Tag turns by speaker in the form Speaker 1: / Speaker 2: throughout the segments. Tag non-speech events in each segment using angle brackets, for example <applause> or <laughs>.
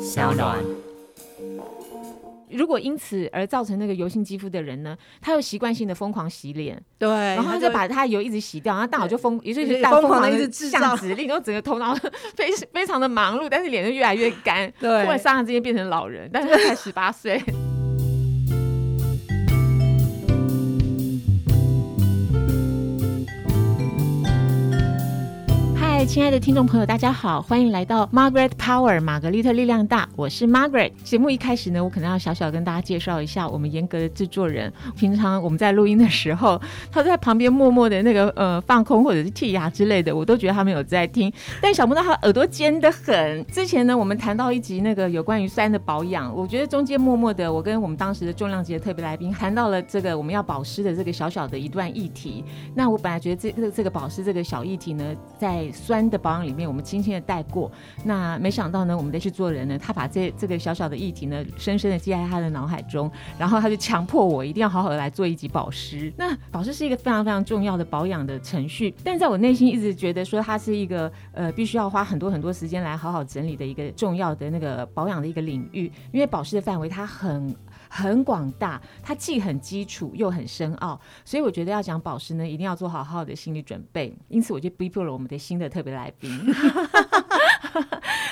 Speaker 1: 小暖。
Speaker 2: 如果因此而造成那个油性肌肤的人呢，他又习惯性的疯狂洗脸，
Speaker 3: 对，
Speaker 2: 然
Speaker 3: 然
Speaker 2: 后哎他就把他的油一直洗掉，然后大脑就疯，也就
Speaker 3: 就是是
Speaker 2: 大
Speaker 3: 疯
Speaker 2: 疯
Speaker 3: 狂
Speaker 2: 狂
Speaker 3: 地
Speaker 2: 的
Speaker 3: 一直制
Speaker 2: 下
Speaker 3: 造
Speaker 2: 指令，然后整个头脑 <laughs> 非非常的忙碌，但是脸就越来越干，
Speaker 3: 对
Speaker 2: 突然刹那之间变成老人，但是他才十八岁。嗨，亲爱的听众朋友，大家好，欢迎来到 Margaret Power 玛格丽特力量大，我是 Margaret。节目一开始呢，我可能要小小跟大家介绍一下我们严格的制作人。平常我们在录音的时候，他在旁边默默的那个呃放空或者是剔牙之类的，我都觉得他没有在听。但想不到他耳朵尖得很。之前呢，我们谈到一集那个有关于酸的保养，我觉得中间默默的，我跟我们当时的重量级的特别来宾谈到了这个我们要保湿的这个小小的一段议题。那我本来觉得这这这个保湿这个小议题呢，在酸的保养里面我们轻轻的带过，那没想到呢，我们的制作人呢，他把这这个小小的议题呢，深深的记在他的脑海中，然后他就强迫我一定要好好的来做一集保湿。 <laughs> 那保湿是一个非常非常重要的保养的程序，但在我内心一直觉得说它是一个呃必须要花很多很多时间来好好整理的一个重要的那个保养的一个领域，因为保湿的范围它很很广大，它既很基础又很深奥，所以我觉得要讲保湿呢，一定要做好好的心理准备。因此，我就逼迫了我们的新的特别来宾。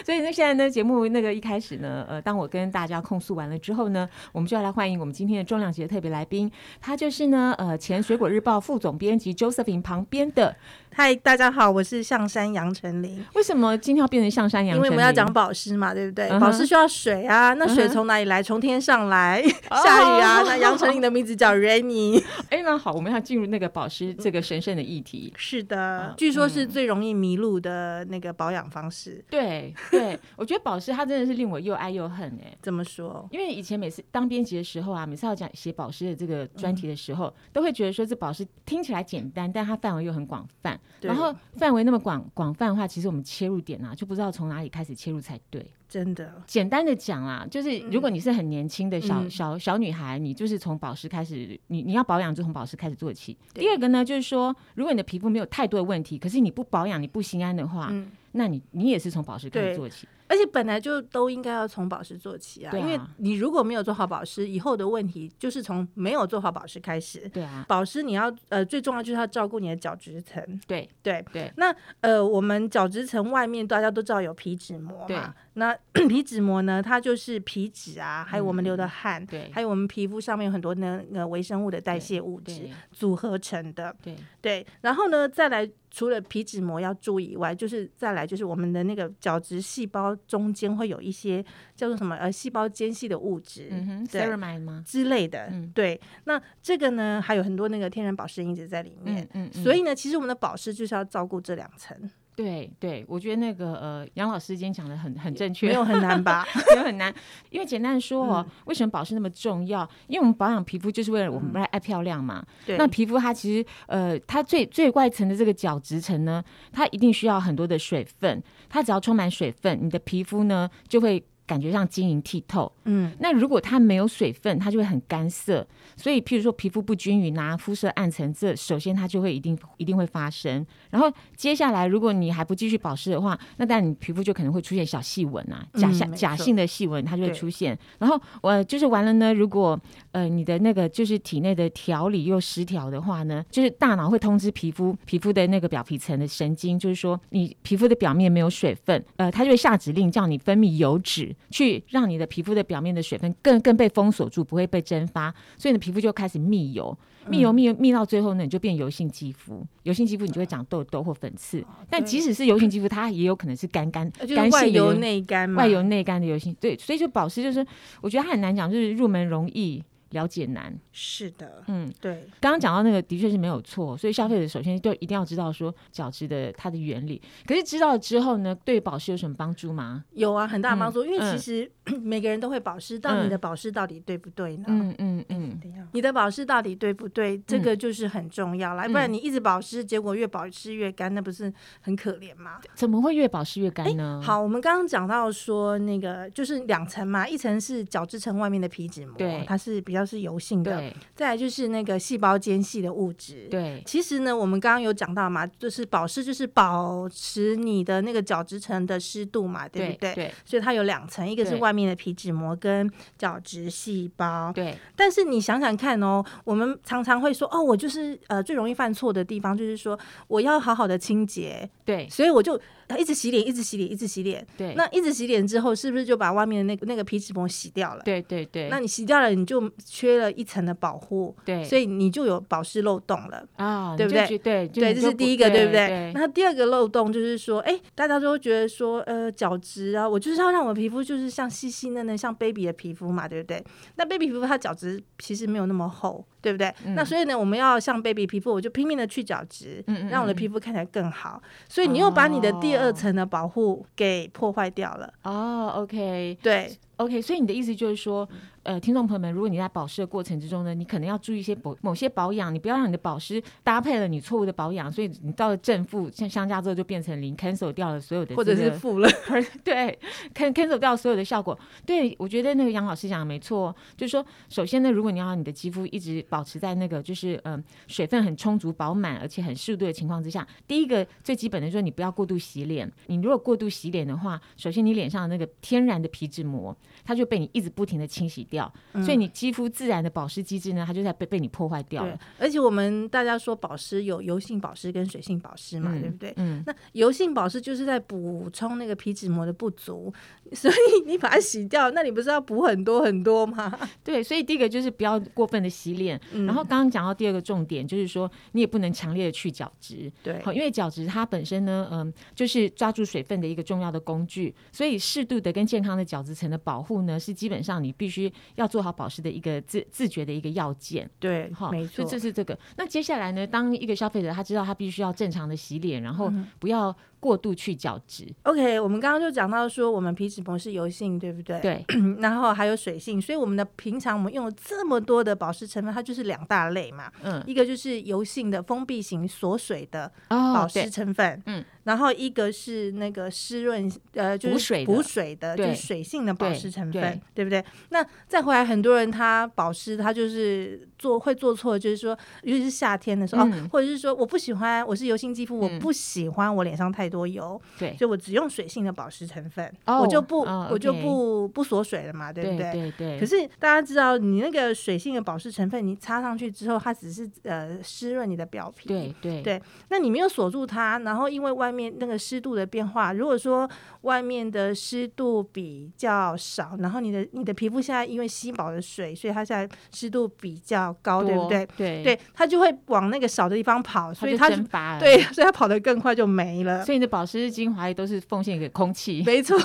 Speaker 2: 所以呢，现在呢，节目那个一开始呢，呃，当我跟大家控诉完了之后呢，我们就要来欢迎我们今天的重量级的特别来宾，他就是呢，呃，前《水果日报》副总编辑 Josephine 旁边的。
Speaker 3: 嗨，大家好，我是象山杨丞琳，
Speaker 2: 为什么今天要变成象山羊？
Speaker 3: 因为我们要讲保湿嘛，对不对？
Speaker 2: 嗯哼
Speaker 3: 保湿需要水啊，那水
Speaker 2: 嗯哼哦
Speaker 3: 从哪里来？从天上来，下雨啊。那杨丞琳的名字
Speaker 2: <laughs>
Speaker 3: 叫 Rainy，
Speaker 2: 哎，那好，我们要进入那个保湿这个神圣的议题。
Speaker 3: 是的
Speaker 2: 嗯，
Speaker 3: <laughs> 据说是最容易迷路的那个保养方式。
Speaker 2: 对对，我觉得保湿它真的是令我又爱又恨哎、
Speaker 3: 怎么说？
Speaker 2: 因为以前每次当编辑的时候啊，每次要讲写保湿的这个专
Speaker 3: 嗯
Speaker 2: 题的时候，都会觉得说这保湿听起来简单，但它范围又很广泛。
Speaker 3: 对
Speaker 2: 然后范围那么广广泛的话，其实我们切入点啊，就不知道从哪里开始切入才对。
Speaker 3: 真的，
Speaker 2: 简单的讲啊，就是如果你是很年轻的小、
Speaker 3: 嗯
Speaker 2: 小小女孩，你就是从保湿开始，你你要保养就从保湿开始做起。
Speaker 3: 对
Speaker 2: 第二个呢，就是说，如果你的皮肤没有太多的问题，可是你不保养，你不心安的话，
Speaker 3: 嗯。
Speaker 2: 那你你也是从保湿开始
Speaker 3: 对
Speaker 2: 做起。
Speaker 3: 而且本来就都应该要从保湿做起啊，
Speaker 2: 对啊
Speaker 3: 因为你如果没有做好保湿，以后的问题就是从没有做好保湿开始。
Speaker 2: 对啊，
Speaker 3: 保湿你要呃最重要就是要照顾你的角质层，
Speaker 2: 对
Speaker 3: 对
Speaker 2: 对。
Speaker 3: 那呃我们角质层外面大家都知道有皮脂膜
Speaker 2: 对
Speaker 3: 嘛，那 <clears throat> 皮脂膜呢，它就是皮脂啊，还有我们流的汗，
Speaker 2: 嗯对
Speaker 3: 还有我们皮肤上面有很多那呃微生物的代谢物质
Speaker 2: 对
Speaker 3: 组合成的，
Speaker 2: 对，
Speaker 3: 对，然后呢，再来除了皮脂膜要注意以外，就是再来就是我们的那个角质细胞中间会有一些叫做什么呃细胞间隙的物质，
Speaker 2: 嗯哼 c
Speaker 3: 对
Speaker 2: e r a m i d e 吗？
Speaker 3: 之类的，
Speaker 2: 嗯
Speaker 3: 对。那这个呢，还有很多那个天然保湿因子在里面。
Speaker 2: 嗯
Speaker 3: 所以呢，其实我们的保湿就是要照顾这两层，
Speaker 2: 对对，我觉得那个呃，杨老师今天讲的很很正确，<laughs>
Speaker 3: 没有很难吧？
Speaker 2: 没有很难，因为简单地说哦，为什么保湿那么重要？因为我们保养皮肤就是为了我们爱爱漂亮嘛。
Speaker 3: 对，
Speaker 2: 那皮肤它其实呃，它最最外层的这个角质层呢，它一定需要很多的水分，它只要充满水分，你的皮肤呢就会。感觉上晶莹剔透。
Speaker 3: 嗯，
Speaker 2: 那如果它没有水分，它就会很干涩。所以，譬如说皮肤不均匀啊，肤色暗沉，这首先它就会一定一定会发生。然后接下来，如果你还不继续保湿的话，那当然你皮肤就可能会出现小细纹啊，假
Speaker 3: 嗯
Speaker 2: 下、
Speaker 3: 没
Speaker 2: 假
Speaker 3: 错
Speaker 2: 性的细纹它就会
Speaker 3: 对
Speaker 2: 出现。然后我、呃就是完了呢，如果呃你的那个就是体内的调理又失调的话呢，就是大脑会通知皮肤皮肤的那个表皮层的神经，就是说你皮肤的表面没有水分，呃，它就会下指令叫你分泌油脂，去让你的皮肤的表面的水分更更被封锁住，不会被蒸发，所以你的皮肤就开始密油，
Speaker 3: 嗯
Speaker 2: 密油密油密到最后呢，你就变油性肌肤，油性肌肤你就会长痘痘或粉刺，但
Speaker 3: 哦对呃
Speaker 2: 即使是油性肌肤，它也有可能是干干
Speaker 3: 就是
Speaker 2: 干
Speaker 3: 外
Speaker 2: 性的
Speaker 3: 油内干嘛，
Speaker 2: 外油内干的油性，对，所以就保湿就是，我觉得它很难讲，就是入门容易，了解难。
Speaker 3: 是的，
Speaker 2: 嗯，
Speaker 3: 对，
Speaker 2: 刚刚讲到那个的确是没有错，所以消费者首先就一定要知道说角质的它的原理。可是知道了之后呢，对保湿有什么帮助吗？
Speaker 3: 有啊，很大的帮助。因为 <clears throat>
Speaker 2: 嗯
Speaker 3: 其实每个人都会保湿，到
Speaker 2: 嗯
Speaker 3: 你的保湿到底对不对呢？
Speaker 2: 嗯嗯嗯，
Speaker 3: 等一下，你的保湿到底对不对，这个就是很重要啦。
Speaker 2: 嗯
Speaker 3: 不然你一直保湿，结果越保湿越干，那不是很可怜吗？
Speaker 2: 怎么会越保湿越干呢？，
Speaker 3: 好，我们刚刚讲到说那个就是两层嘛，一层是角质层外面的皮脂膜
Speaker 2: 对，
Speaker 3: 它是比较是油性的，
Speaker 2: 对
Speaker 3: 再来就是那个细胞间隙的物质，
Speaker 2: 对，
Speaker 3: 其实呢，我们刚刚有讲到嘛，就是保湿就是保持你的那个角质层的湿度嘛，对不对？
Speaker 2: 对对
Speaker 3: 所以它有两层，一个是
Speaker 2: 对
Speaker 3: 外面的皮脂膜跟角质细胞。
Speaker 2: 对
Speaker 3: 但是你想想看哦，我们常常会说哦，我就是呃最容易犯错的地方就是说我要好好的清洁，
Speaker 2: 对
Speaker 3: 所以我就呃一直洗脸，一直洗脸，一直洗脸。
Speaker 2: 对，
Speaker 3: 那一直洗脸之后，是不是就把外面的那个那个皮脂膜洗掉了？
Speaker 2: 对对对，
Speaker 3: 那你洗掉了，你就缺了一层的保护，
Speaker 2: 对
Speaker 3: 所以你就有保湿漏洞了。
Speaker 2: 啊，
Speaker 3: 对
Speaker 2: 你
Speaker 3: 不
Speaker 2: 就
Speaker 3: 对
Speaker 2: 觉对就
Speaker 3: 对，
Speaker 2: 你
Speaker 3: 这
Speaker 2: 就是
Speaker 3: 第一个，对不对
Speaker 2: 对？？
Speaker 3: 那第二个漏洞就是说，哎，大家都会觉得说，呃，角质啊，我就是要让我的皮肤就是像细细嫩嫩，像 baby 的皮肤嘛，对不对？那 baby 皮肤它角质其实没有那么厚，对不对？
Speaker 2: 嗯
Speaker 3: 那所以呢，我们要像 baby 皮肤，我就拼命的去角质，
Speaker 2: 嗯嗯
Speaker 3: 让我的
Speaker 2: 嗯
Speaker 3: 皮肤看起来更好。所以你又把你的第二
Speaker 2: 哦
Speaker 3: 层的保护给破坏掉了，
Speaker 2: 哦，OK
Speaker 3: 对。
Speaker 2: OK，所以你的意思就是说，呃，听众朋友们，如果你在保湿的过程之中呢，你可能要注意一些保某些保养，你不要让你的保湿搭配了你错误的保养，所以你到了正负像相加之后就变成零，cancel 掉了所有的
Speaker 3: 或者
Speaker 2: 这
Speaker 3: 是
Speaker 2: 个
Speaker 3: 负了，
Speaker 2: <laughs> 对，can cancel 掉所有的效果。对我觉得那个杨老师讲的没错，就是说，首先呢，如果你要让你的肌肤一直保持在那个就是嗯、水分很充足、饱满，而且很适度的情况之下，第一个最基本的就是你不要过度洗脸。你如果过度洗脸的话，首先你脸上的那个天然的皮脂膜，它就被你一直不停的清洗掉，所以你肌肤自然的保湿机制呢，它就在被被你破坏掉
Speaker 3: 对
Speaker 2: 了。，
Speaker 3: 而且我们大家说保湿有油性保湿跟水性保湿嘛，
Speaker 2: 嗯
Speaker 3: 对不对？
Speaker 2: 嗯，
Speaker 3: 那油性保湿就是在补充那个皮脂膜的不足，所以你把它洗掉，那你不是要补很多很
Speaker 2: <laughs>
Speaker 3: 多吗？
Speaker 2: 对，所以第一个就是不要过分的洗脸，
Speaker 3: 嗯
Speaker 2: 然后刚刚讲到第二个重点，就是说你也不能强烈的去角质，
Speaker 3: 对
Speaker 2: 好，因为角质它本身呢，嗯，就是抓住水分的一个重要的工具，所以适度的跟健康的角质层的保护呢，是基本上你必须要做好保湿的一个自自觉的一个要件。
Speaker 3: 对
Speaker 2: 好，
Speaker 3: 没
Speaker 2: 所
Speaker 3: 错
Speaker 2: 以，这是这个。那接下来呢，当一个消费者他知道他必须要正常的洗脸，然
Speaker 3: 嗯
Speaker 2: 后不要过度去角质，
Speaker 3: OK，我们刚刚就讲到说，我们皮脂膜是油性，对不对？
Speaker 2: 对
Speaker 3: <laughs> 然后还有水性，所以我们的平常我们用了这么多的保湿成分，它就是两大类嘛。
Speaker 2: 嗯
Speaker 3: 一个就是油性的封闭型锁水的 <coughs> 保
Speaker 2: 哦，
Speaker 3: 湿
Speaker 2: 对
Speaker 3: 成分，
Speaker 2: 嗯，
Speaker 3: 然后一个是那个湿润，呃，就是
Speaker 2: 补水的
Speaker 3: 补水的，就
Speaker 2: 对
Speaker 3: 是水性的保
Speaker 2: 对
Speaker 3: 湿成
Speaker 2: 对
Speaker 3: 分，对不对？那再回来，很多人他保湿，他就是做会做错，就是说，尤其是夏天的时候，
Speaker 2: 嗯
Speaker 3: 哦或者是说我不喜欢，我是油性肌肤，我不喜欢我脸上太多油，
Speaker 2: 对
Speaker 3: 所以我只用水性的保湿成分，
Speaker 2: 哦
Speaker 3: 我就不、
Speaker 2: 哦
Speaker 3: 我就
Speaker 2: OK
Speaker 3: 不不锁水了嘛，对不
Speaker 2: 对对对，
Speaker 3: 可是大家知道，你那个水性的保湿成分，你擦上去之后，它只是呃湿润你的表皮。
Speaker 2: 对对
Speaker 3: 对那你没有锁住它，然后因为外面那个湿度的变化，如果说外面的湿度比较少，然后你的你的皮肤现在因为吸饱了水，所以它现在湿度比较高，对不
Speaker 2: 多
Speaker 3: 对？
Speaker 2: 对
Speaker 3: 对，它就会往那个少的地方跑，所以
Speaker 2: 它
Speaker 3: 它
Speaker 2: 就
Speaker 3: 就
Speaker 2: 蒸发了。
Speaker 3: <laughs> 对，所以它跑得更快就没了。
Speaker 2: 所以你的保湿精华液都是奉献给空气。
Speaker 3: 没错，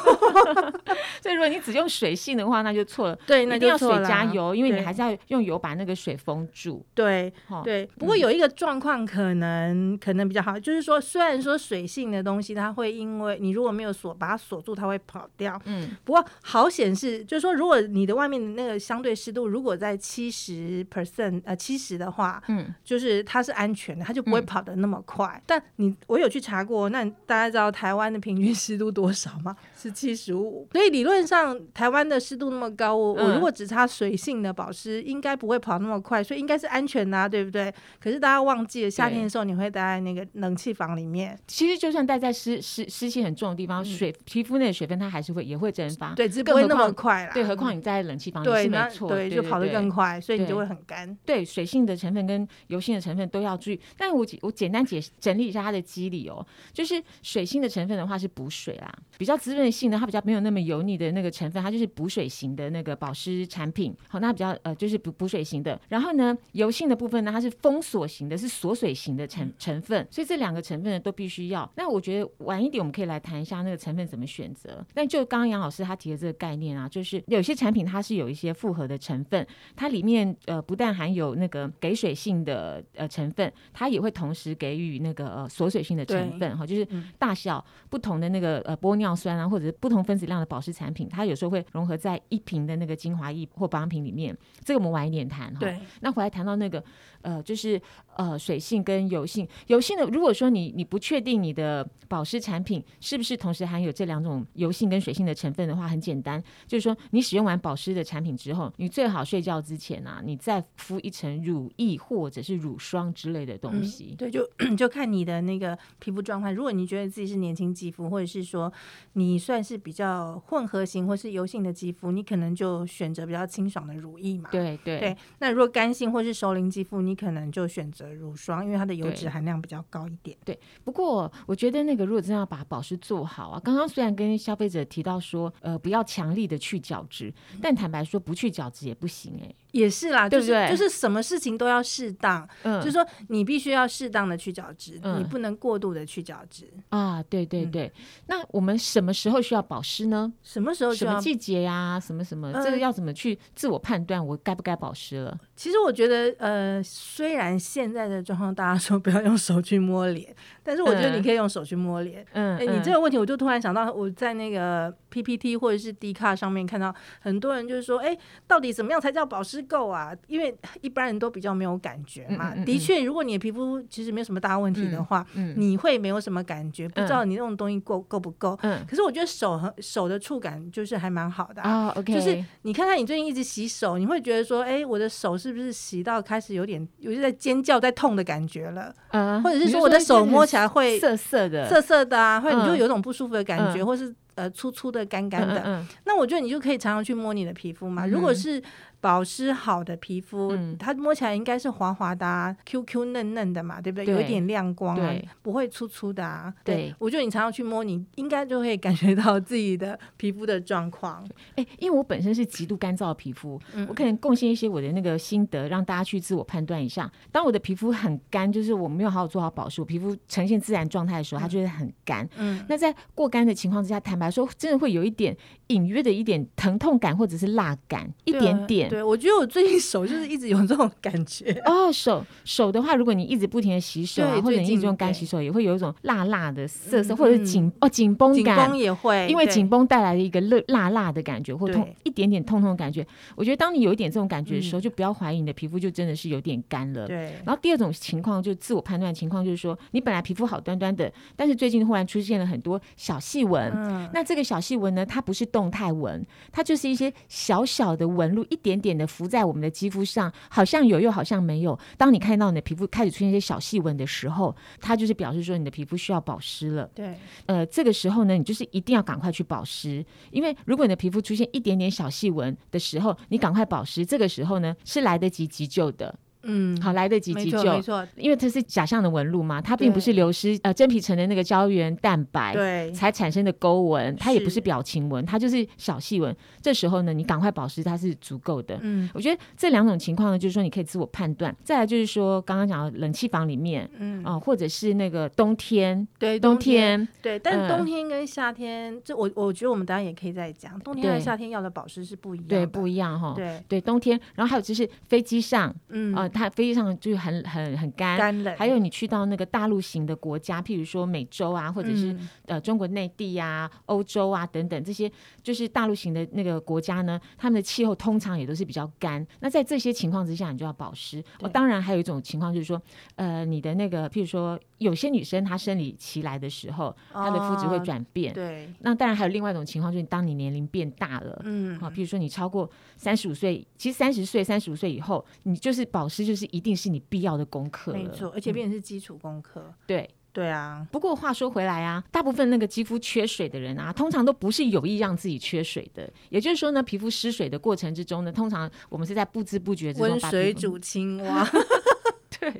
Speaker 2: 所以如果你只用水性的话，那就错了。
Speaker 3: 对，那
Speaker 2: 一
Speaker 3: 就
Speaker 2: 定要水
Speaker 3: 错了
Speaker 2: 加油，因为你
Speaker 3: 对
Speaker 2: 还是要用油把那个水封住。
Speaker 3: 对，
Speaker 2: 哈，嗯
Speaker 3: 对，不过有一个状况可能可能比较好，就是说，虽然说水性的东西它会因为你如果没有锁把它锁住，它会跑掉。
Speaker 2: 嗯，
Speaker 3: 不过好显示，就是说，如果你的外面的那个相对湿度如果在七十 percent 呃七十的话，
Speaker 2: 嗯，
Speaker 3: 就是它是安全的，它就不会
Speaker 2: 嗯
Speaker 3: 跑得那么快。但你我有去查过，那大家知道台湾的平均湿度多少吗？ <laughs> 是七十五，所以理论上台湾的湿度那么高，我、我
Speaker 2: 嗯
Speaker 3: 如果只擦水性的保湿，应该不会跑那么快，所以应该是安全的、啊，对不对？可是大家忘记了，夏天的时候你会待在那个冷气房里面，
Speaker 2: 其实就算待在湿湿湿气很重的地方，水皮肤内的水分它还是会也会蒸发。
Speaker 3: 嗯对，只是不
Speaker 2: 更
Speaker 3: 会
Speaker 2: 何
Speaker 3: 那么
Speaker 2: 况
Speaker 3: 快啦。
Speaker 2: 对，何况你在冷气房里
Speaker 3: 对
Speaker 2: 是没
Speaker 3: 那
Speaker 2: 错，
Speaker 3: 对，就跑得更快，所以你就会很干。
Speaker 2: 对水性的成分跟油性的成分都要注意。但我解我简单解整理一下它的机理哦，就是水性的成分的话是补水啦，比较滋润性的它比较没有那么油腻的那个成分，它就是补水型的那个保湿产品。好，那比较呃就是补补水型的。然后呢，油性的部分呢，它是封锁型的，是锁水型的成成分，所以这两个成分呢都必须要。那我觉得晚一点我们可以来谈一下那个成分怎么选择。但就刚刚杨老师他提的这个概念啊，就是有些产品它是有一些复合的成分，它里面呃不但含有那个给水性的呃成分，它也会同时给予那个呃锁水性的成分哈，就是
Speaker 3: 嗯
Speaker 2: 大小不同的那个呃玻尿酸啊，或者是不同分子量的保湿产品，它有时候会融合在一瓶的那个精华液或保养品里面。这个我们晚一点谈哈。
Speaker 3: 对，
Speaker 2: 那回来谈到那个呃，就是呃水性跟油性，油性的如果说你你不确定你的保湿产品是不是同时含有这两种油性跟水性的成分的话，很简单，就是说你使用完保湿的产品之后，你最好睡觉之前啊，你再敷一层乳液或者是乳霜之类的东西。
Speaker 3: 对，就 <clears throat> 就看你的那个皮肤状态。如果你觉得自己是年轻肌肤，或者是说你算是比较混合型或是油性的肌肤，你可能就选择比较清爽的乳液嘛。
Speaker 2: 对对
Speaker 3: 对，那如果干性或是熟龄肌肤，你可能就选择乳霜，因为它的油
Speaker 2: 对
Speaker 3: 脂含量比较高一点。
Speaker 2: 不过，我觉得那个如果真的要把保湿做好啊，刚刚虽然跟消费者提到说，呃，不要强力的去角质，但坦白说，不去角质也不行哎、
Speaker 3: 也是啦，
Speaker 2: 对
Speaker 3: 就
Speaker 2: 不
Speaker 3: 是
Speaker 2: 对
Speaker 3: 就是什么事情都要适当，
Speaker 2: 嗯，
Speaker 3: 就是说你必须要适当的去角质，
Speaker 2: 嗯
Speaker 3: 你不能过度的去角质。
Speaker 2: 啊，对对
Speaker 3: 嗯
Speaker 2: 对。那我们什么时候需要保湿呢？
Speaker 3: 什么时候
Speaker 2: 什
Speaker 3: 就
Speaker 2: 么
Speaker 3: 要？
Speaker 2: 季节呀、什么什么，这个
Speaker 3: 呃
Speaker 2: 要怎么去自我判断我该不该保湿了？
Speaker 3: 其实我觉得，呃，虽然现在的状况大家说不要用手去摸脸，但是我觉得
Speaker 2: 嗯
Speaker 3: 你可以用手去摸脸。
Speaker 2: 嗯，
Speaker 3: 哎、你这
Speaker 2: 嗯
Speaker 3: 个问题，我就突然想到，我在那个 PPT 或者是 D 卡上面看到很多人就是说，哎、到底怎么样才叫保湿够啊？因为一般人都比较没有感觉嘛。
Speaker 2: 嗯嗯嗯
Speaker 3: 的确，如果你的皮肤其实没有什么大问题的话，
Speaker 2: 嗯
Speaker 3: 你会没有什么感觉，不知道你那种东西够够不够。
Speaker 2: 嗯
Speaker 3: 可是我觉得手和手的触感就是还蛮好的、
Speaker 2: 啊
Speaker 3: 啊。
Speaker 2: ，OK，
Speaker 3: 就是你看看你最近一直洗手，你会觉得说，哎、我的手是不是洗到开始有点，有点在尖叫、在痛的感觉了，
Speaker 2: 呃，
Speaker 3: 或者是
Speaker 2: 你
Speaker 3: 说我的
Speaker 2: 一
Speaker 3: 手
Speaker 2: 开始
Speaker 3: 摸起来会
Speaker 2: 涩涩的，
Speaker 3: 涩涩的啊，或者你就
Speaker 2: 嗯
Speaker 3: 有种不舒服的感觉，
Speaker 2: 嗯
Speaker 3: 或是呃粗粗的、干
Speaker 2: 嗯
Speaker 3: 干的。
Speaker 2: 嗯
Speaker 3: 那我觉得你就可以常常去摸你的皮肤嘛。
Speaker 2: 嗯
Speaker 3: 如果是保湿好的皮肤，
Speaker 2: 嗯
Speaker 3: 它摸起来应该是滑滑的、啊、QQ 嫩嫩的嘛，对不对？
Speaker 2: 对
Speaker 3: 有一点亮光啊
Speaker 2: 对，
Speaker 3: 不会粗粗的啊。
Speaker 2: 对
Speaker 3: 我觉得你常常去摸，你应该就会感觉到自己的皮肤的状况。
Speaker 2: 哎、因为我本身是极度干燥的皮肤，
Speaker 3: 嗯
Speaker 2: 我可能贡献一些我的那个心得，让大家去自我判断一下。当我的皮肤很干，就是我没有好好做好保湿，我皮肤呈现自然状态的时候，它就会很干。
Speaker 3: 嗯，
Speaker 2: 那在过干的情况之下，坦白说，真的会有一点隐约的一点疼痛感，或者是辣感，一
Speaker 3: 对啊
Speaker 2: 点点。
Speaker 3: 对，我觉得我最近手就是一直有这种感
Speaker 2: <laughs>
Speaker 3: 觉。
Speaker 2: 哦，手手的话，如果你一直不停的洗手啊，
Speaker 3: 对
Speaker 2: 或者
Speaker 3: 最
Speaker 2: 你一
Speaker 3: 近
Speaker 2: 直用干
Speaker 3: 对
Speaker 2: 洗手，也会有一种辣辣的涩涩，
Speaker 3: 嗯
Speaker 2: 或者紧哦紧绷
Speaker 3: 紧
Speaker 2: 感
Speaker 3: 绷。也会，
Speaker 2: 因为
Speaker 3: 哎对
Speaker 2: 紧绷带来的一个热辣辣的感觉，或痛
Speaker 3: 对
Speaker 2: 一点点痛痛的感觉，我觉得当你有一点这种感觉的时候，
Speaker 3: 嗯
Speaker 2: 就不要怀疑你的皮肤就真的是有点干了。
Speaker 3: 对，
Speaker 2: 然后第二种情况就是自我判断情况，就是说你本来皮肤好端端的，但是最近忽然出现了很多小细纹。
Speaker 3: 嗯，
Speaker 2: 那这个小细纹呢，它不是动态纹，它就是一些小小的纹路，一点点的浮在我们的肌肤上，好像有又好像没有。当你看到你的皮肤开始出现一些小细纹的时候，它就是表示说你的皮肤需要保湿了。
Speaker 3: 对，
Speaker 2: 呃，这个时候呢，你就是一定要赶快去保湿，因为如果你的皮肤出现一点点小细纹的时候，你赶快保湿，这个时候呢是来得及急救的，
Speaker 3: 嗯，
Speaker 2: 好，来得及
Speaker 3: 没
Speaker 2: 急
Speaker 3: 错，没
Speaker 2: 救。
Speaker 3: 错，
Speaker 2: 因为它是假象的纹路嘛，它并不
Speaker 3: 对
Speaker 2: 是流失呃真皮层的那个胶原蛋白
Speaker 3: 对，
Speaker 2: 才产生的沟纹，它也不
Speaker 3: 是
Speaker 2: 是表情纹，它就是小细纹。这时候呢，你赶快保湿，它是足够的。
Speaker 3: 嗯
Speaker 2: 我觉得这两种情况呢，就是说你可以自我判断。再来就是说，刚刚讲到冷气房里面
Speaker 3: 嗯，
Speaker 2: 啊、或者是那个冬天，
Speaker 3: 对，
Speaker 2: 冬天
Speaker 3: 对，但
Speaker 2: 嗯
Speaker 3: 是冬天跟夏天，这我我觉得我们当然也可以再讲，冬天
Speaker 2: 对
Speaker 3: 和夏天要的保湿是不一样的，
Speaker 2: 对不一样哈。
Speaker 3: 对，
Speaker 2: 对，冬天，然后还有就是飞机上
Speaker 3: 嗯，
Speaker 2: 啊、呃它飞机上就很很很干。
Speaker 3: 干冷，
Speaker 2: 还有你去到那个大陆型的国家，譬如说美洲啊，或者是、
Speaker 3: 嗯
Speaker 2: 呃中国内地呀、欧洲啊等等这些，就是大陆型的那个国家呢，他们的气候通常也都是比较干。那在这些情况之下，你就要保湿。
Speaker 3: 对
Speaker 2: 哦，当然还有一种情况就是说，呃，你的那个譬如说，有些女生她生理期来的时候，她的肤质会
Speaker 3: 哦
Speaker 2: 转变。
Speaker 3: 对，
Speaker 2: 那当然还有另外一种情况，就是当你年龄变大了，
Speaker 3: 嗯
Speaker 2: 啊好，，比如说你超过三十五岁，其实三十岁、三十五岁以后，你就是保湿，就是一定是你必要的功课了。
Speaker 3: 没错，而且
Speaker 2: 嗯
Speaker 3: 变成是基础功课，
Speaker 2: 对。
Speaker 3: 对啊，
Speaker 2: 不过话说回来啊，大部分那个肌肤缺水的人啊，通常都不是有意让自己缺水的。也就是说呢，皮肤失水的过程之中呢，通常我们是在不知不觉之中
Speaker 3: 温
Speaker 2: 把
Speaker 3: 水
Speaker 2: 皮肤
Speaker 3: 煮青蛙，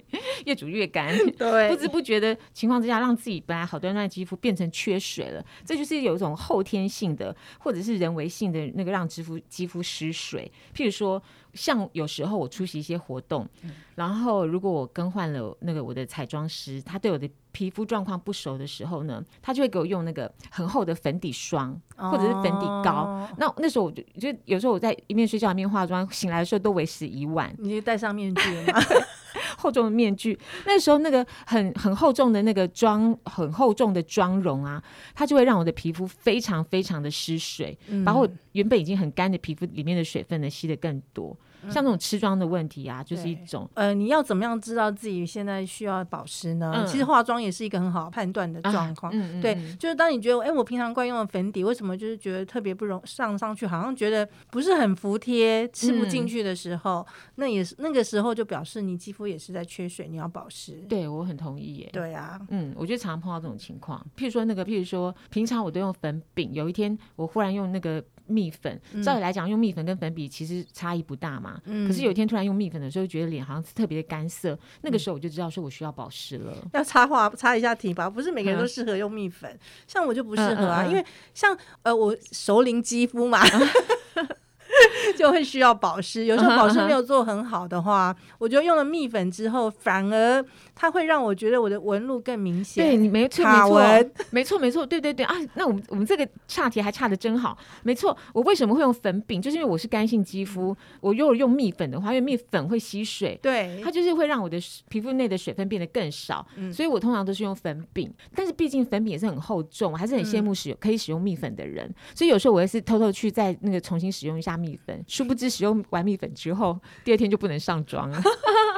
Speaker 3: <laughs>
Speaker 2: 越煮越干，
Speaker 3: 对，
Speaker 2: 不知不觉的情况之下，让自己本来好端端的肌肤变成缺水了，这就是有一种后天性的或者是人为性的那个让肌肤肌肤失水。譬如说，像有时
Speaker 3: 嗯
Speaker 2: 候我出席一些活动，然后如果我更换了那个我的彩妆师，他对我的皮肤状况不熟的时候呢，他就会给我用那个很厚的粉底霜或者是粉底膏。
Speaker 3: 哦
Speaker 2: 那那时候我就就有时候我在一面睡觉一面化妆，醒来的时候都为时已晚，
Speaker 3: 你就戴上面具
Speaker 2: <laughs>
Speaker 3: 了嘛？
Speaker 2: 厚重的面具。那时候那个很很厚重的那个妆，很厚重的妆容啊，它就会让我的皮肤非常非常的失水，把我原本已经很干的皮肤里面的水分呢吸得更多。像那种吃妆的问题啊，就是一
Speaker 3: 对
Speaker 2: 种
Speaker 3: 呃，你要怎么样知道自己现在需要保湿呢？
Speaker 2: 嗯
Speaker 3: 其实化妆也是一个很好判断的状况。
Speaker 2: 啊嗯嗯
Speaker 3: 对
Speaker 2: 嗯，
Speaker 3: 就是当你觉得，哎、我平常惯用的粉底，为什么就是觉得特别不容上上去，好像觉得不是很服帖，吃不进
Speaker 2: 嗯
Speaker 3: 去的时候，那也是那个时候就表示你肌肤也是在缺水，你要保湿。
Speaker 2: 对我很同意耶。
Speaker 3: 对啊，
Speaker 2: 嗯，我就常常碰到这种情况，譬如说那个，譬如说平常我都用粉饼，有一天我忽然用那个蜜粉，照理来讲用蜜粉跟粉笔其实差异不大嘛，
Speaker 3: 嗯
Speaker 2: 可是有一天突然用蜜粉的时候，觉得脸好像特别干涩，那
Speaker 3: 嗯
Speaker 2: 个时候我就知道说我需要保湿了。
Speaker 3: 要插话插一下题吧，不是每个人都
Speaker 2: 嗯
Speaker 3: 适合用蜜粉，像我就不适合啊，
Speaker 2: 嗯嗯嗯嗯
Speaker 3: 因为像呃我熟龄肌肤嘛。 <laughs> 就会需要保湿，有时候保
Speaker 2: 嗯
Speaker 3: 湿没有做很好的话，我觉得用了蜜粉之后，反而它会让我觉得我的纹路更明显。
Speaker 2: 对你没错，没
Speaker 3: 卡
Speaker 2: 错
Speaker 3: 纹，
Speaker 2: 没错，没错，对对对啊！那我们我们这个岔题还岔的真好，没错。我为什么会用粉饼？就是因为我是干性肌肤，
Speaker 3: 嗯
Speaker 2: 我如果用蜜粉的话，因为蜜粉会吸水，
Speaker 3: 对
Speaker 2: 它就是会让我的水皮肤内的水分变得更少，
Speaker 3: 嗯
Speaker 2: 所以我通常都是用粉饼。但是毕竟粉饼也是很厚重，我还是很
Speaker 3: 嗯
Speaker 2: 羡慕使用、可以使用蜜粉的人，所以有时候我也是偷偷去再那个重新使用一下蜜粉。殊不知使用完蜜粉之后，第二天就不能上妆
Speaker 3: <laughs>
Speaker 2: 了，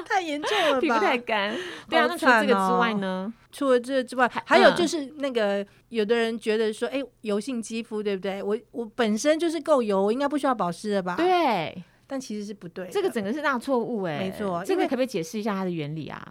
Speaker 3: 太严重了吧？
Speaker 2: 皮肤太干。对啊，
Speaker 3: 好
Speaker 2: 那除了这个
Speaker 3: 惨
Speaker 2: 之
Speaker 3: 哦
Speaker 2: 外呢？
Speaker 3: 除了这之外，还
Speaker 2: 嗯
Speaker 3: 有就是那个、有的人觉得说，哎、油性肌肤对不对？我我本身就是够油，我应该不需要保湿的吧？，
Speaker 2: 对，啊
Speaker 3: 但其实是不对的。
Speaker 2: 这个整个是大错误哎，
Speaker 3: 没错
Speaker 2: 这
Speaker 3: 因
Speaker 2: 个
Speaker 3: 为
Speaker 2: 可不可以解释一下它的原理啊？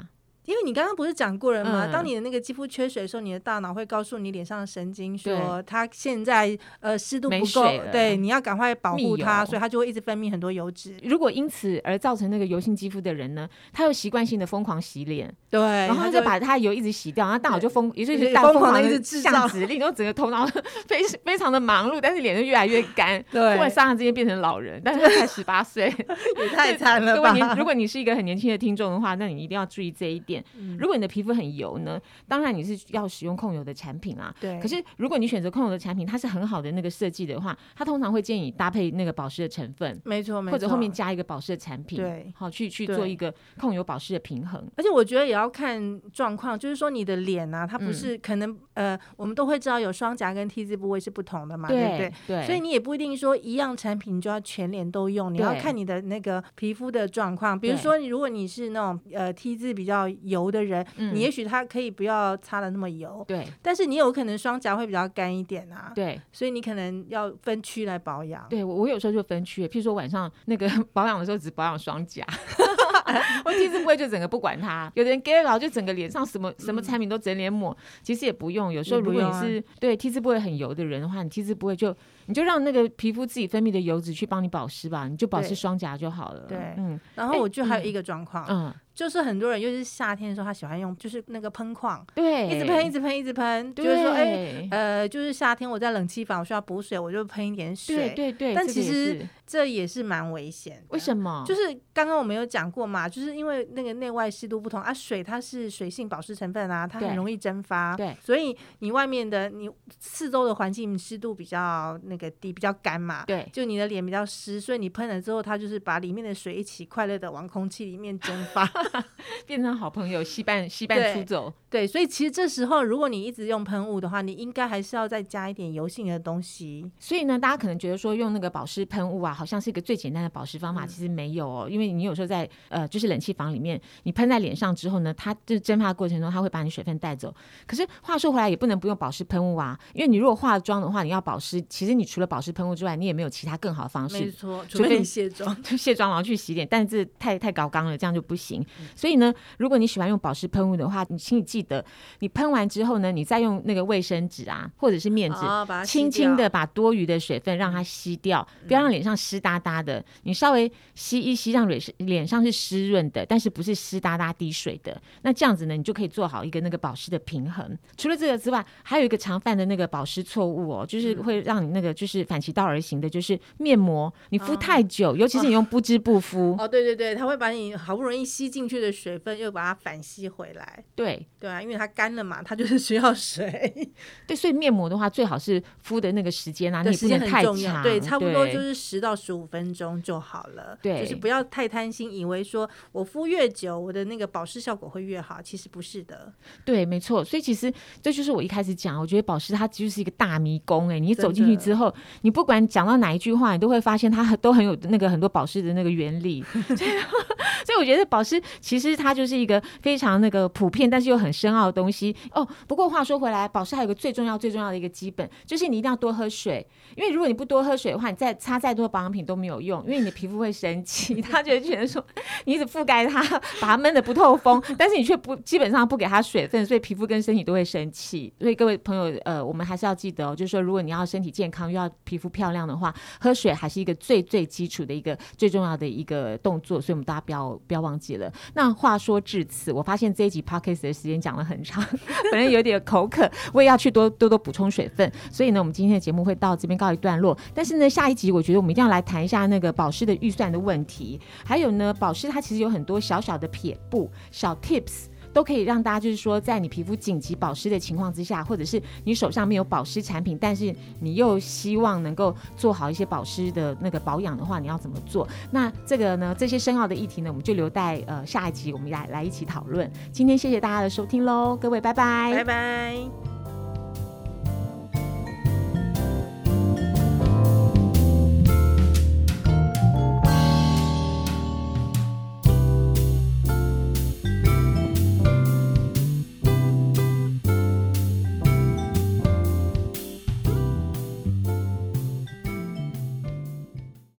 Speaker 3: 因为你刚刚不是讲过了吗？
Speaker 2: 嗯
Speaker 3: 当你的那个肌肤缺水的时候，你的大脑会告诉你脸上的神经说，它现在呃湿度
Speaker 2: 没
Speaker 3: 不够
Speaker 2: 水了，
Speaker 3: 对，你要赶快保
Speaker 2: 密
Speaker 3: 护它，
Speaker 2: 油
Speaker 3: 所以它就会一直分泌很多油脂。
Speaker 2: 如果因此而造成那个油性肌肤的人呢，他又习惯性的疯狂洗脸，
Speaker 3: 对，
Speaker 2: 然后他就
Speaker 3: 会
Speaker 2: 把它油一直洗掉，然后大脑就疯，也就
Speaker 3: 就是是
Speaker 2: 大
Speaker 3: 疯
Speaker 2: 疯
Speaker 3: 狂
Speaker 2: 狂
Speaker 3: 地一
Speaker 2: 的
Speaker 3: 直制
Speaker 2: 下
Speaker 3: 造
Speaker 2: 指令，然后整个头脑 <laughs> 非非常的忙碌，但是脸就越来越干。
Speaker 3: <laughs> 对
Speaker 2: 突然刹那之间变成老人，但是他才十八岁，
Speaker 3: 也 <laughs> 太惨了
Speaker 2: 各位
Speaker 3: 吧？
Speaker 2: 你如果你是一个很年轻的听众的话，那你一定要注意这一点。
Speaker 3: 嗯
Speaker 2: 如果你的皮肤很油呢，当然你是要使用控油的产品啦。
Speaker 3: 对，
Speaker 2: 可是如果你选择控油的产品，它是很好的那个设计的话，它通常会建议搭配那个保湿的成分，
Speaker 3: 没错，没错，
Speaker 2: 或者后面加一个保湿的产品，
Speaker 3: 对
Speaker 2: 好去去
Speaker 3: 对
Speaker 2: 做一个控油保湿的平衡。
Speaker 3: 而且我觉得也要看状况，就是说你的脸啊，它不是可能、呃，我们都会知道有双颊跟 T 字部位是不同的嘛，对不对？
Speaker 2: 对，
Speaker 3: 所以你也不一定说一样产品你就要全脸都用，你要
Speaker 2: 对
Speaker 3: 看你的那个皮肤的状况。比如
Speaker 2: 对
Speaker 3: 说，如果你是那种呃 T 字比较油的人，
Speaker 2: 嗯
Speaker 3: 你也许它可以不要擦的那么油，
Speaker 2: 对
Speaker 3: 但是你有可能双颊会比较干一点啊，
Speaker 2: 对。
Speaker 3: 所以你可能要分区来保养。
Speaker 2: 对我，我有时候就分区，譬如说晚上那个 <laughs> 保养的时候只保养双颊， <laughs> 我其实不会就整个不管它。有的人 get 老就整个脸上什么什么产品都整脸抹，其实也不用。有时候
Speaker 3: 嗯也不
Speaker 2: 如果你
Speaker 3: 用啊
Speaker 2: 是、对 T 字部位很油的人的话，你 T 字部位就你就让那个皮肤自己分泌的油脂去帮你保湿吧，你就保湿
Speaker 3: 对
Speaker 2: 双颊就好了。
Speaker 3: 对
Speaker 2: 嗯
Speaker 3: 然后我觉得还有一个状况，
Speaker 2: 嗯，
Speaker 3: 就是很多人尤其是夏天的时候，他喜欢用就是那个喷框，
Speaker 2: 对，
Speaker 3: 一直喷，一直喷，一直喷，就是说哎。
Speaker 2: 对
Speaker 3: 呃，就是夏天我在冷气房，我需要补水，我就喷一点水。
Speaker 2: 对对对，
Speaker 3: 但
Speaker 2: 这个
Speaker 3: 其
Speaker 2: 也
Speaker 3: 实
Speaker 2: 是
Speaker 3: 这也是蛮危险的。
Speaker 2: 为什么？
Speaker 3: 就是是刚刚我们有讲过嘛，就是因为那个内外湿度不同啊，水它是水性保湿成分啊，它
Speaker 2: 对
Speaker 3: 很容易蒸发。
Speaker 2: 对
Speaker 3: 所以你外面的你四周的环境湿度比较那个低，比较干嘛。
Speaker 2: 对
Speaker 3: 就你的脸比较湿，所以你喷了之后，它就是把里面的水一起快乐的往空气里面蒸发。 <laughs>
Speaker 2: 变成好朋友，西半西
Speaker 3: 对
Speaker 2: 半出走。
Speaker 3: 对，所以其实这时候如果你一直用喷雾的话，你应该还是要再加一点油性的东西。
Speaker 2: 所以呢，大家可能觉得说用那个保湿喷雾啊，好像是一个最简单的保湿方
Speaker 3: 嗯
Speaker 2: 法，其实没有哦，因为你有时候在呃，就是冷气房里面，你喷在脸上之后呢，它就是蒸发的过程中，它会把你水分带走。可是话说回来，也不能不用保湿喷雾啊，因为你如果化妆的话，你要保湿，其实你除了保湿喷雾之外，你也没有其他更好的方式
Speaker 3: 没错，
Speaker 2: 除
Speaker 3: 除
Speaker 2: 非
Speaker 3: 非
Speaker 2: 你
Speaker 3: 你卸妆。
Speaker 2: 就 <laughs> 卸妆然后去洗脸，但是这太太高纲了，这样就不行。
Speaker 3: 嗯
Speaker 2: 所以呢，如果你喜欢用保湿喷雾的话，你请你记得，你喷完之后呢，你再用那个卫生纸啊，或者是面纸，
Speaker 3: 哦把它吸
Speaker 2: 轻轻
Speaker 3: 掉
Speaker 2: 的把多余的水分让
Speaker 3: 嗯
Speaker 2: 它吸掉，不要让脸上湿哒哒的。你稍微吸一吸，让脸是脸上是湿润的，但是不是湿哒哒滴水的。那这样子呢，你就可以做好一个那个保湿的平衡。除了这个之外，还有一个常犯的那个保湿错误哦，就是
Speaker 3: 嗯
Speaker 2: 会让你那个就是反其道而行的，就是
Speaker 3: 哦
Speaker 2: 面膜你敷太久，尤其是你用不织布敷。
Speaker 3: 哦，对对对，它会把你好不容易吸进进去的水分又把它反吸回来，
Speaker 2: 对
Speaker 3: 对啊，因为它干了嘛，它就是需
Speaker 2: <laughs>
Speaker 3: 要水。
Speaker 2: 对，所以面膜的话，最好是敷的那个时间啊，
Speaker 3: 对，
Speaker 2: 你
Speaker 3: 时
Speaker 2: 不
Speaker 3: 间
Speaker 2: 能
Speaker 3: 很
Speaker 2: 太
Speaker 3: 重要，
Speaker 2: 长，
Speaker 3: 对，差不多
Speaker 2: 对
Speaker 3: 就是十到十五分钟就好了。
Speaker 2: 对
Speaker 3: 就是不要太贪心，以为说我敷越久，我的那个保湿效果会越好，其实不是的。
Speaker 2: 对，没错。所以其实这就是我一开始讲，我觉得保湿它就是一个大迷宫哎、你一走进去
Speaker 3: 真的
Speaker 2: 之后，你不管讲到哪一句话，你都会发现它很都很有那个很多保湿的那个原理。 <laughs> 所以所以我觉得保湿其实它就是一个非常那个普遍，但是又很深奥的东西哦。不过话说回来，保湿还有一个最重要最重要的一个基本，就是你一定要多喝水，因为如果你不多喝水的话，你再擦再多保养品都没有用，因为你的皮肤会生气， <laughs> 它就会觉得说你一直覆盖它，把它闷得不透风，但是你却不基本上不给它水分，所以皮肤跟身体都会生气。所以各位朋友，呃，我们还是要记得哦，就是说，如果你要身体健康又要皮肤漂亮的话，喝水还是一个最最基础的一个最重要的一个动作，所以我们大家不要不要忘记了。那话说至此，我发现这一集 podcast 的时间讲了很长， <laughs> 本人有点口渴，我也要去多多多补充水分。所以呢，我们今天的节目会到这边告一段落。但是呢，下一集我觉得我们一定要来谈一下那个保湿的预算的问题，还有呢，保湿它其实有很多小小的撇步、小 tips。都可以让大家就是说，在你皮肤紧急保湿的情况之下，或者是你手上没有保湿产品，但是你又希望能够做好一些保湿的那个保养的话，你要怎么做？那这个呢，这些深奥的议题呢，我们就留待呃下一集我们来来一起讨论。今天谢谢大家的收听喽，各位拜拜
Speaker 3: 拜拜。